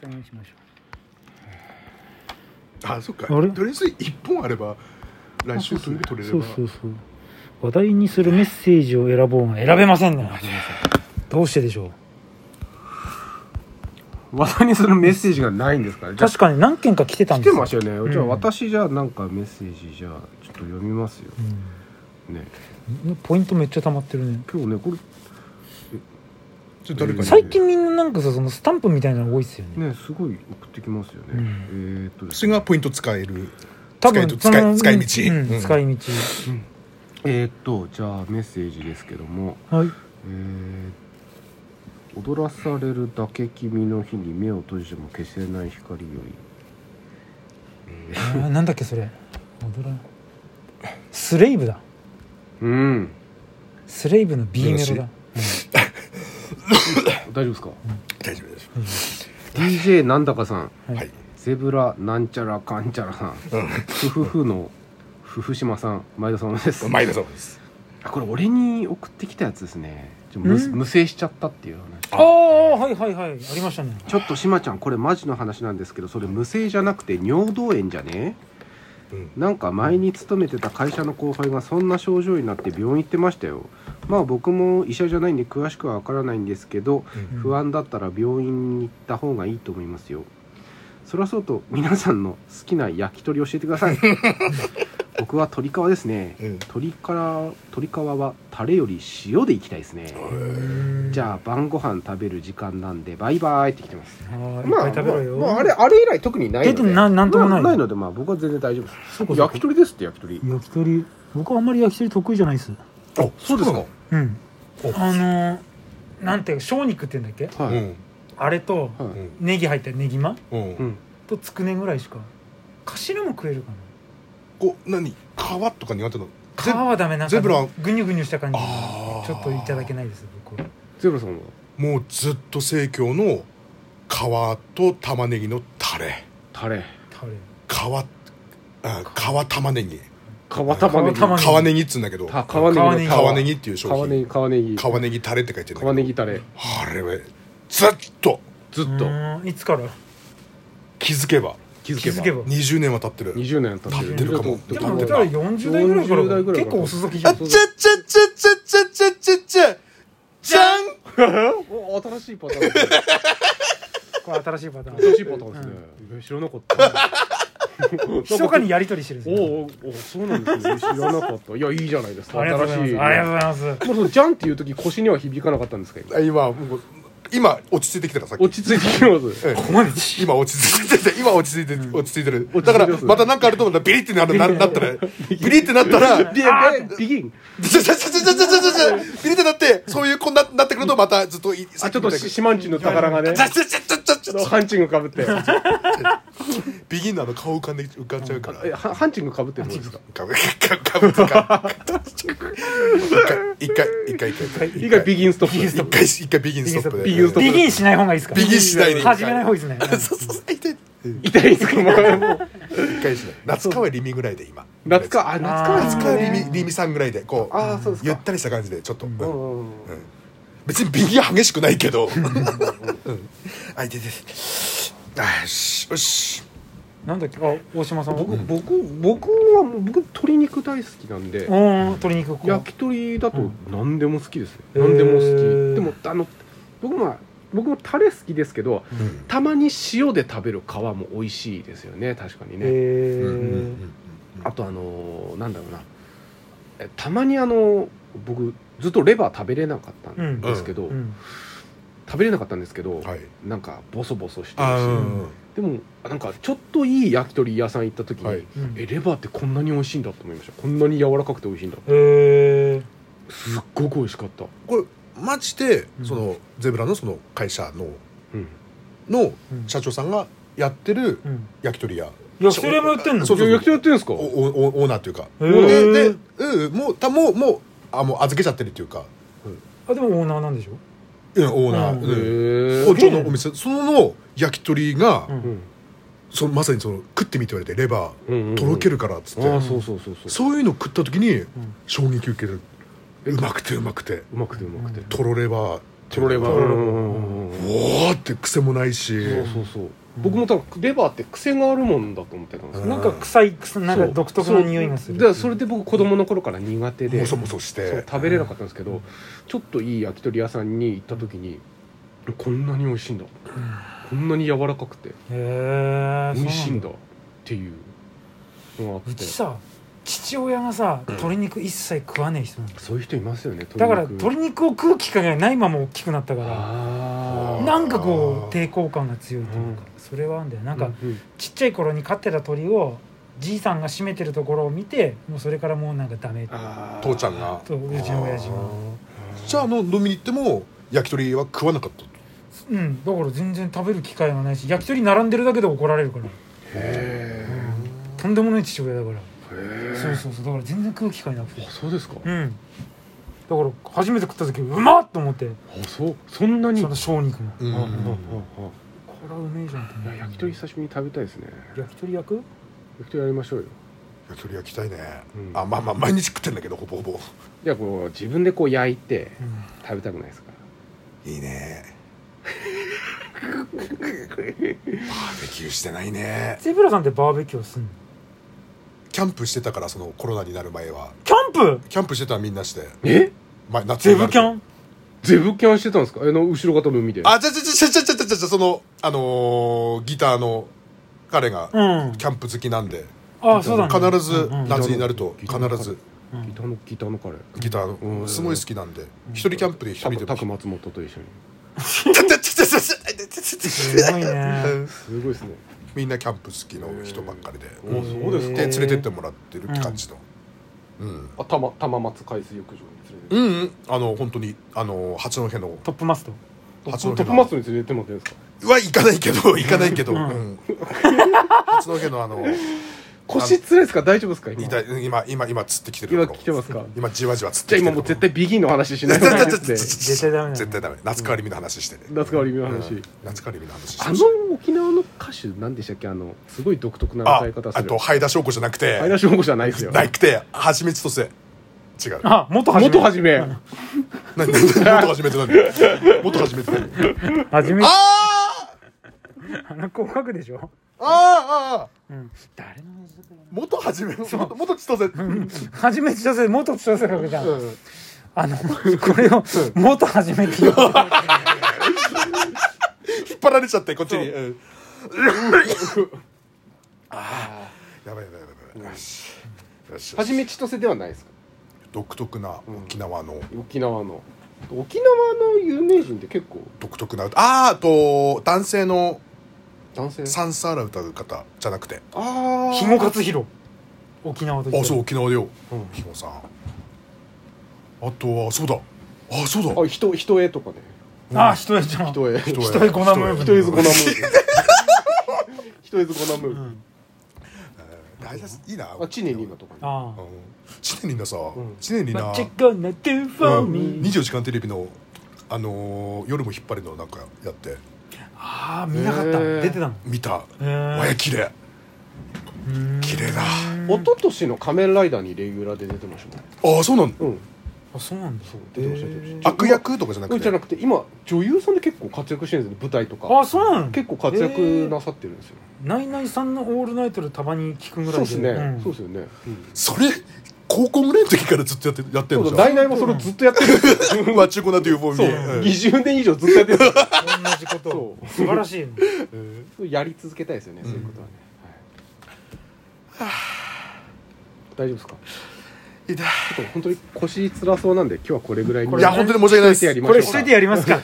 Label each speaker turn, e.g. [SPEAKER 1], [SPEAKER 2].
[SPEAKER 1] それにしましょ
[SPEAKER 2] あそっか
[SPEAKER 3] あれ
[SPEAKER 2] とりあえず1本あれば
[SPEAKER 3] あ
[SPEAKER 2] 来週トイレ取れれ
[SPEAKER 3] そ
[SPEAKER 2] ば
[SPEAKER 3] うそうそう話題にするメッセージを選ぼうが選べませんねどうしてでしょ
[SPEAKER 4] 話題にするメッセージがないんですから
[SPEAKER 3] う
[SPEAKER 4] じゃあ
[SPEAKER 3] 確かに何件か来てたん
[SPEAKER 4] 来
[SPEAKER 3] です
[SPEAKER 4] て
[SPEAKER 3] よ
[SPEAKER 4] ましたよね、じゃあ
[SPEAKER 3] うん
[SPEAKER 4] 私じゃあなんかメッセージじゃあちょっと読みますよね
[SPEAKER 3] うんポイントめっちゃ溜まってるね
[SPEAKER 4] 今日ねこれ
[SPEAKER 2] それ誰かに
[SPEAKER 3] 最近みんななんかさそのスタンプみたいなの多いっすよね
[SPEAKER 4] ねすごい送ってきますよね、
[SPEAKER 3] う
[SPEAKER 4] えー、っとです
[SPEAKER 2] それがポイント使える
[SPEAKER 3] 多分
[SPEAKER 2] 使
[SPEAKER 3] そ
[SPEAKER 2] い
[SPEAKER 3] の
[SPEAKER 2] 使い使い道
[SPEAKER 3] うん
[SPEAKER 2] うん
[SPEAKER 3] 使い道、
[SPEAKER 4] えー、っとじゃあメッセージですけども
[SPEAKER 3] はい
[SPEAKER 4] えー踊らされるだけ君の日に目を閉じても消せない光より
[SPEAKER 3] あーなんだっけそれ踊らスレイブだ
[SPEAKER 4] うん
[SPEAKER 3] スレイブの B メロだ
[SPEAKER 4] 大丈夫ですか
[SPEAKER 2] 大丈夫です、
[SPEAKER 4] DJ なんだかさん
[SPEAKER 2] はい
[SPEAKER 4] ゼブラなんちゃらかんちゃらさんふふふのふふしまさん前田さんです
[SPEAKER 2] 前田さんです
[SPEAKER 4] あこれ俺に送ってきたやつですねちょ無
[SPEAKER 3] ん
[SPEAKER 4] 無制しちゃったっていう
[SPEAKER 3] あ
[SPEAKER 4] 話
[SPEAKER 3] あはいはいはいありましたね
[SPEAKER 4] ちょっとしまちゃんこれマジの話なんですけどそれ無制じゃなくて尿道炎じゃね
[SPEAKER 2] うん
[SPEAKER 4] なんか前に勤めてた会社の後輩がそんな症状になって病院行ってましたよまあ僕も医者じゃないんで詳しくは分からないんですけど、
[SPEAKER 3] うん
[SPEAKER 4] 不安だったら病院に行った方がいいと思いますよそらそうと皆さんの好きな焼き鳥教えてください僕は鶏皮ですね、
[SPEAKER 2] うん
[SPEAKER 4] 鶏から鶏皮はタレより塩でいきたいですね、じゃあ晩ご飯食べる時間なんでバイバイって来てます
[SPEAKER 3] あーいっ
[SPEAKER 4] ま
[SPEAKER 3] ぱ
[SPEAKER 4] あ、
[SPEAKER 3] い食べろよ、
[SPEAKER 4] まあ、あれあれ以来特にないの
[SPEAKER 3] 出
[SPEAKER 4] で
[SPEAKER 3] てななんともない
[SPEAKER 4] まあないのでまあ僕は全然大丈夫です
[SPEAKER 3] そうかそうか
[SPEAKER 4] 焼き鳥ですって焼き鳥
[SPEAKER 3] 焼き鳥僕はあんまり焼き鳥得意じゃないです
[SPEAKER 2] あそうですか
[SPEAKER 3] うん
[SPEAKER 2] お
[SPEAKER 3] あのー、なんていうか小肉って言うんだっけ
[SPEAKER 4] はい、
[SPEAKER 2] うん
[SPEAKER 3] あれと
[SPEAKER 4] はい
[SPEAKER 2] うん
[SPEAKER 3] ネギ入ったネギま
[SPEAKER 2] うん、
[SPEAKER 4] うん
[SPEAKER 3] とつくねぐらいしか頭も食えるかな
[SPEAKER 2] こう何皮とか苦手なの
[SPEAKER 3] 皮はダメなんか
[SPEAKER 2] ゼブラ
[SPEAKER 3] ぐにゅぐにゅした感じ
[SPEAKER 2] あー
[SPEAKER 3] ちょっといただけないです僕は
[SPEAKER 4] ゼブラさんは
[SPEAKER 2] もうずっと生協の皮と玉ねぎのタレ
[SPEAKER 4] タレ
[SPEAKER 3] タレ
[SPEAKER 2] 皮あ皮玉ねぎ
[SPEAKER 4] 皮玉ねぎ
[SPEAKER 3] 皮玉ね
[SPEAKER 2] 皮ねぎっつうんだけど
[SPEAKER 4] た
[SPEAKER 2] 皮
[SPEAKER 4] 皮ねぎの
[SPEAKER 3] 皮
[SPEAKER 2] ねぎっていう
[SPEAKER 4] 皮
[SPEAKER 2] 商
[SPEAKER 4] ねぎ
[SPEAKER 2] 品
[SPEAKER 4] 皮ねぎ
[SPEAKER 2] 皮ねぎタレって書いてるん
[SPEAKER 4] 皮
[SPEAKER 2] だ
[SPEAKER 4] ね
[SPEAKER 2] けど
[SPEAKER 4] ぎタレ
[SPEAKER 2] あれはずっと
[SPEAKER 4] ずっ
[SPEAKER 3] う
[SPEAKER 4] と
[SPEAKER 3] ーんいつから
[SPEAKER 2] 気づけば
[SPEAKER 4] 気づ
[SPEAKER 3] 気
[SPEAKER 4] け
[SPEAKER 3] づ
[SPEAKER 4] ば
[SPEAKER 3] けば
[SPEAKER 2] 20年は経ってる
[SPEAKER 4] 20年経
[SPEAKER 2] 経
[SPEAKER 4] ってる
[SPEAKER 2] ってるかも
[SPEAKER 3] で
[SPEAKER 2] 経
[SPEAKER 3] も
[SPEAKER 2] っ
[SPEAKER 3] 俺
[SPEAKER 2] て
[SPEAKER 3] ら
[SPEAKER 2] る
[SPEAKER 3] 40代ぐらいから
[SPEAKER 4] 40代ぐらい
[SPEAKER 3] 結
[SPEAKER 4] から
[SPEAKER 3] 構遅咲きじゃん
[SPEAKER 4] あ
[SPEAKER 2] ちゃちゃちゃちゃちゃちゃちゃじゃん
[SPEAKER 4] お新しいパターンですね
[SPEAKER 3] これ新しいパターン
[SPEAKER 4] 新しいパターンですねえ知らなかった
[SPEAKER 3] 密かにやり取りしてるんですよ
[SPEAKER 4] おうおうおうそうなんですね知らなかったいやいいじゃないですか
[SPEAKER 3] ありがとうございま
[SPEAKER 4] 新しい
[SPEAKER 3] すありがとうございます
[SPEAKER 4] もうそのジャンっていう時腰には響かなかったんですか今
[SPEAKER 2] あ今もう今落ち着いてきてたさっき
[SPEAKER 4] 落ち着いてきてます
[SPEAKER 2] ええ今落ち着いてて今落ち着いて落ち着いてる
[SPEAKER 4] 落ち着い
[SPEAKER 2] だか
[SPEAKER 4] て
[SPEAKER 2] ら
[SPEAKER 4] ます
[SPEAKER 2] また何かあると思ったらビリってなるななったらビリってなったら
[SPEAKER 4] ででビギン
[SPEAKER 2] ちょちょちょちょちょちょちょちょビリってなってそういうこんななってくるとまたずっといさ
[SPEAKER 4] あ
[SPEAKER 2] っ
[SPEAKER 4] ち
[SPEAKER 2] き
[SPEAKER 4] ょっと
[SPEAKER 2] みたいに
[SPEAKER 4] シマンチの宝がね
[SPEAKER 2] ちょちょちょちょちょちょ
[SPEAKER 4] のハンチングかぶって
[SPEAKER 2] ビギンのあの顔浮かんで浮かんじゃうから
[SPEAKER 4] えハハンチングかぶってるんですか
[SPEAKER 2] かぶかぶかぶかぶかぶ一回一回一回
[SPEAKER 4] 以外ビギンストップ
[SPEAKER 2] 一回一回ビギンストップで
[SPEAKER 4] ビギンストッ
[SPEAKER 3] ビ
[SPEAKER 4] プ
[SPEAKER 3] ギンしない方がいいですか
[SPEAKER 2] ビギンしないで
[SPEAKER 3] 始めない方がいいですね
[SPEAKER 2] そうそうそう痛いうん
[SPEAKER 4] 痛いですかもうもう
[SPEAKER 2] 一回しない夏川りみぐらいで今
[SPEAKER 4] 夏かあ夏か
[SPEAKER 3] あー
[SPEAKER 2] 夏川りみりみさんぐらいでこう
[SPEAKER 4] ああそうです
[SPEAKER 2] ゆ
[SPEAKER 4] か
[SPEAKER 2] ったりした感じでちょっと、
[SPEAKER 4] う
[SPEAKER 2] うん
[SPEAKER 4] んうんうん
[SPEAKER 2] 別にビギン激しくないけど、うん、あいててあよしよし
[SPEAKER 3] なんだっけあ大島さん
[SPEAKER 4] 僕僕僕はもう僕鶏肉大好きなんで
[SPEAKER 3] うん鶏肉か
[SPEAKER 4] 焼き鳥だと何でも好きですね、
[SPEAKER 3] うん
[SPEAKER 4] 何でも好き、
[SPEAKER 3] へー
[SPEAKER 4] でもあの僕も僕もタレ好きですけど
[SPEAKER 2] うん
[SPEAKER 4] たまに塩で食べる皮も美味しいですよね確かにね、
[SPEAKER 3] え
[SPEAKER 2] うんうん
[SPEAKER 3] ー
[SPEAKER 4] あとあのーなんだろうなえたまにあの僕ずっとレバー食べれなかったんですけど、
[SPEAKER 3] うん
[SPEAKER 4] 食べれなかったんですけど、
[SPEAKER 2] うんはい
[SPEAKER 4] なんかボソボソしてる
[SPEAKER 2] あ
[SPEAKER 4] し、
[SPEAKER 2] うん
[SPEAKER 4] でもあなんかちょっといい焼き鳥屋さん行った時に、
[SPEAKER 2] はい
[SPEAKER 3] うん
[SPEAKER 4] えレバーってこんなに美味しいんだと思いましたこんなに柔らかくて美味しいんだ
[SPEAKER 3] えー
[SPEAKER 4] すっごく美味しかった、
[SPEAKER 2] これマジで
[SPEAKER 3] うん
[SPEAKER 2] そのゼブラのその会社の
[SPEAKER 4] うん、
[SPEAKER 2] の
[SPEAKER 3] うん
[SPEAKER 2] 社長さんがやってる
[SPEAKER 3] うん
[SPEAKER 2] 焼き鳥屋
[SPEAKER 3] 焼き鳥屋もやってんの
[SPEAKER 2] そうそうそう
[SPEAKER 4] 焼き鳥やってるんですか
[SPEAKER 2] おおおオーナーというか
[SPEAKER 3] へ
[SPEAKER 2] でで
[SPEAKER 3] ー
[SPEAKER 2] うんもうたもうもうあもう預けちゃってるっていうか、
[SPEAKER 3] あでもオーナーなんでしょ
[SPEAKER 2] うん、オーナー、
[SPEAKER 3] うん
[SPEAKER 2] うん
[SPEAKER 4] へー
[SPEAKER 2] 包丁のお店その焼き鳥が、
[SPEAKER 3] うん
[SPEAKER 4] うん
[SPEAKER 2] そのまさにその食ってみて言われてレバ
[SPEAKER 4] うんうんう
[SPEAKER 2] ー
[SPEAKER 4] ん
[SPEAKER 2] とろけるからっつって、
[SPEAKER 4] ああそうそうそうそう
[SPEAKER 2] そういうの食った時に衝撃受けるうまくてうまくて
[SPEAKER 4] うまくてうまくて
[SPEAKER 3] うん
[SPEAKER 2] とろレバーとろレバ
[SPEAKER 4] う
[SPEAKER 2] ー
[SPEAKER 4] んうん
[SPEAKER 2] おーって癖もないし
[SPEAKER 4] そうそうそう僕も多分レバーって癖があるもんだと思ってたんですよ
[SPEAKER 2] うん
[SPEAKER 3] なんか臭い臭いなんか独特な匂いがする
[SPEAKER 4] そうでそれで僕子供の頃から苦手で
[SPEAKER 2] もそもそして
[SPEAKER 4] そう食べれなかったんですけど、ちょっといい焼き鳥屋さんに行った時にこんなに美味しいんだこんなに柔らかくて
[SPEAKER 3] へえ
[SPEAKER 4] 美味しいんだっていうのがあっ
[SPEAKER 3] う
[SPEAKER 4] て
[SPEAKER 3] ちさ父親がさ鶏肉一切食わねえ人なんだ
[SPEAKER 4] そういう人いますよね
[SPEAKER 3] だから
[SPEAKER 4] 鶏肉
[SPEAKER 3] 鶏肉を食う機会がないまま大きくなったか
[SPEAKER 4] あ
[SPEAKER 3] ら
[SPEAKER 4] ー
[SPEAKER 3] なんかこう抵抗感が強いというかそれはあんだよなんか
[SPEAKER 4] うう
[SPEAKER 3] ちっちゃい頃に飼ってた鳥をじいさんが締めてるところを見てもうそれからもうなんかダメ
[SPEAKER 4] あー
[SPEAKER 2] 父ちゃんが
[SPEAKER 3] とうちの親父は
[SPEAKER 2] じゃああの飲みに行っても焼き鳥は食わなかった
[SPEAKER 3] うんだから全然食べる機会がないし焼き鳥並んでるだけで怒られるから
[SPEAKER 4] へ
[SPEAKER 3] とんでもない父親だから
[SPEAKER 4] ーへ
[SPEAKER 3] そう
[SPEAKER 4] ー
[SPEAKER 3] そうそうだから全然食う機会なくて
[SPEAKER 4] あそうですか
[SPEAKER 3] うんだから初めて食った時うまっと思って
[SPEAKER 4] あそうそんなに
[SPEAKER 3] その小肉も
[SPEAKER 2] うん
[SPEAKER 4] ああああ
[SPEAKER 3] これはうめえじゃんと
[SPEAKER 4] い
[SPEAKER 3] 思っ
[SPEAKER 4] や
[SPEAKER 3] て
[SPEAKER 4] 焼き鳥久しぶりに食べたいですね
[SPEAKER 3] 焼き鳥焼く
[SPEAKER 4] 焼き鳥やりましょうよ
[SPEAKER 2] 焼き鳥焼きたいね、
[SPEAKER 4] うん
[SPEAKER 2] あまあまあ毎日食ってんだけどほぼほぼ
[SPEAKER 4] いやこう自分でこう焼いて
[SPEAKER 3] うん
[SPEAKER 4] 食べたくないですか
[SPEAKER 2] いいねバーベキューしてないね
[SPEAKER 3] ゼブラさんってバーベキューすんの
[SPEAKER 2] キャンプしてたからそのコロナになる前は
[SPEAKER 3] キャンプ
[SPEAKER 2] キャンプしてたらみんなして
[SPEAKER 4] え
[SPEAKER 2] 前夏
[SPEAKER 3] ゼ
[SPEAKER 2] にな
[SPEAKER 3] ブ
[SPEAKER 2] る
[SPEAKER 3] キャン
[SPEAKER 4] ゼブキャンしてたんですかあの後ろ方の海で
[SPEAKER 2] あじゃじゃじゃじゃじゃじゃじゃそのあのーギターの彼が
[SPEAKER 3] うん
[SPEAKER 2] キャンプ好きなんで、
[SPEAKER 3] あそうだね
[SPEAKER 2] 必ず
[SPEAKER 3] うんうん
[SPEAKER 2] 夏になると
[SPEAKER 4] ギ
[SPEAKER 2] 必
[SPEAKER 4] ターの
[SPEAKER 2] ず
[SPEAKER 3] うん
[SPEAKER 4] ギターのギターの彼
[SPEAKER 2] ギター
[SPEAKER 4] う
[SPEAKER 2] の
[SPEAKER 4] ん
[SPEAKER 2] すごい好きなんで一人キャンプで一人で
[SPEAKER 4] タク松本と一緒に
[SPEAKER 3] すごいね
[SPEAKER 4] すごいですね
[SPEAKER 2] みんなキャンプ好きの人ばっかりで
[SPEAKER 4] あそうです
[SPEAKER 2] で
[SPEAKER 4] か
[SPEAKER 2] 連れてってもらってるって感じのうん
[SPEAKER 4] あたま玉松海水浴場に連れて
[SPEAKER 2] うんうんあの本当にあの八戸の
[SPEAKER 3] トップマスト
[SPEAKER 4] ト
[SPEAKER 2] 八戸
[SPEAKER 4] ッ
[SPEAKER 2] の
[SPEAKER 4] プ松に連れてもらってるんですか
[SPEAKER 2] は行かないけど行かないけど
[SPEAKER 3] う
[SPEAKER 2] うんん八戸のあの
[SPEAKER 4] 腰つらいですか大丈夫ですか今
[SPEAKER 2] いた今今今釣ってきてる
[SPEAKER 4] 今
[SPEAKER 2] とこ
[SPEAKER 4] 来てますか
[SPEAKER 2] 今じわじわ釣っ
[SPEAKER 4] じ
[SPEAKER 2] てきて
[SPEAKER 4] ゃあ今
[SPEAKER 2] る
[SPEAKER 4] も
[SPEAKER 2] と
[SPEAKER 4] う
[SPEAKER 2] こ
[SPEAKER 4] 絶対ビギンの話しないといけない ですね
[SPEAKER 2] 絶
[SPEAKER 3] 対ダメだね
[SPEAKER 2] 絶対ダメ夏川りみの話してね
[SPEAKER 4] 夏川りみの話
[SPEAKER 2] うん夏川りみの話して
[SPEAKER 4] あの沖縄の歌手何でしたっけあのすごい独特な
[SPEAKER 2] あ
[SPEAKER 4] 歌い方す
[SPEAKER 2] あ
[SPEAKER 4] る
[SPEAKER 2] とハイダ証拠じゃなくて
[SPEAKER 4] 相田翔子じゃないですよ
[SPEAKER 2] なくてはじめちとせ違う
[SPEAKER 3] あ元はじめ
[SPEAKER 4] 元はじめ
[SPEAKER 2] 何何何もっと初めて何もっと初めて何
[SPEAKER 3] はじめ
[SPEAKER 2] あー
[SPEAKER 3] あの子書くでしょ
[SPEAKER 2] あーあ
[SPEAKER 3] うん誰の話だったかな
[SPEAKER 2] ーもっと初めもっとちとせ
[SPEAKER 3] はじめ千歳元千歳書くじゃんあのこれを元はじめって言う
[SPEAKER 2] 引っ張られちゃってこっちにうん あーやばいやばいやばいやばいよしよし
[SPEAKER 4] はじめ千歳ではないですか
[SPEAKER 2] 独特な沖縄の
[SPEAKER 4] 沖縄の沖縄の有名人って結構
[SPEAKER 2] 独特な歌あーあと男性の
[SPEAKER 4] 男性
[SPEAKER 2] サンサーラ歌う方じゃなくて
[SPEAKER 4] ああ
[SPEAKER 3] 肥後克弘沖縄と
[SPEAKER 2] あそう
[SPEAKER 3] う
[SPEAKER 2] 沖縄でよ
[SPEAKER 4] うん
[SPEAKER 2] ひもさんあとはそうだあそうだ
[SPEAKER 4] あ人人絵とかね
[SPEAKER 3] あ人やじゃん
[SPEAKER 4] 人絵
[SPEAKER 2] 人
[SPEAKER 4] 人
[SPEAKER 2] 絵
[SPEAKER 3] 人へコナンムーブ
[SPEAKER 2] 人
[SPEAKER 4] 絵
[SPEAKER 2] へ
[SPEAKER 4] ずこなむ人絵ずこな
[SPEAKER 3] う
[SPEAKER 4] む
[SPEAKER 3] ん
[SPEAKER 2] 大事いいな
[SPEAKER 4] あ知念里奈とかね
[SPEAKER 3] あ
[SPEAKER 2] うん知念里奈さ
[SPEAKER 4] ん
[SPEAKER 2] 知念里
[SPEAKER 3] あ
[SPEAKER 2] 奈
[SPEAKER 3] gonna do for
[SPEAKER 2] うん24時間テレビのあのー夜も引っ張るのなんかやって
[SPEAKER 3] ああ見なかった
[SPEAKER 4] へー
[SPEAKER 3] 出てたの
[SPEAKER 2] 見た
[SPEAKER 3] へー
[SPEAKER 2] わや綺麗
[SPEAKER 3] うん
[SPEAKER 2] 綺麗だ
[SPEAKER 4] 一昨年の仮面ライダーにレギュラーで出てましたね
[SPEAKER 2] ああそうなん
[SPEAKER 4] うん
[SPEAKER 3] あそうなんだ
[SPEAKER 4] そう出てました出てました
[SPEAKER 2] 悪役とかじゃな
[SPEAKER 4] う
[SPEAKER 2] く
[SPEAKER 4] んじゃ
[SPEAKER 2] て
[SPEAKER 4] なくて今女優さんで結構活躍してるんですよね舞台とか
[SPEAKER 3] あそうなの
[SPEAKER 4] 結構活躍なさってるんですよ
[SPEAKER 3] ナイナイさんの「オールナイト」でたまに聞くぐらい
[SPEAKER 4] そうですね、
[SPEAKER 3] ん
[SPEAKER 4] そうですよね、
[SPEAKER 2] それ高校ぐらいの時からずっとやってやって
[SPEAKER 4] そ
[SPEAKER 2] んの
[SPEAKER 4] うそう
[SPEAKER 2] じゃ
[SPEAKER 4] ダ
[SPEAKER 2] ん
[SPEAKER 4] イナイもそれをずっとやってるんですよ
[SPEAKER 2] わっちゅうこなというフォ
[SPEAKER 4] そう、
[SPEAKER 2] ームに
[SPEAKER 4] 20年以上ずっとやってるんですよ
[SPEAKER 3] 同じことを
[SPEAKER 4] そう
[SPEAKER 3] 素晴らしい ね
[SPEAKER 2] うん
[SPEAKER 4] そうやり続けたいですよね、そういうことはね、はい大丈夫ですか
[SPEAKER 2] 痛い
[SPEAKER 4] ちょっと本当に腰つらそうなんで今日はこれぐらいに
[SPEAKER 2] いや本当に申し訳ないです
[SPEAKER 4] やりまし
[SPEAKER 3] こ
[SPEAKER 4] ょう
[SPEAKER 3] れ
[SPEAKER 4] か
[SPEAKER 3] しといてやりますか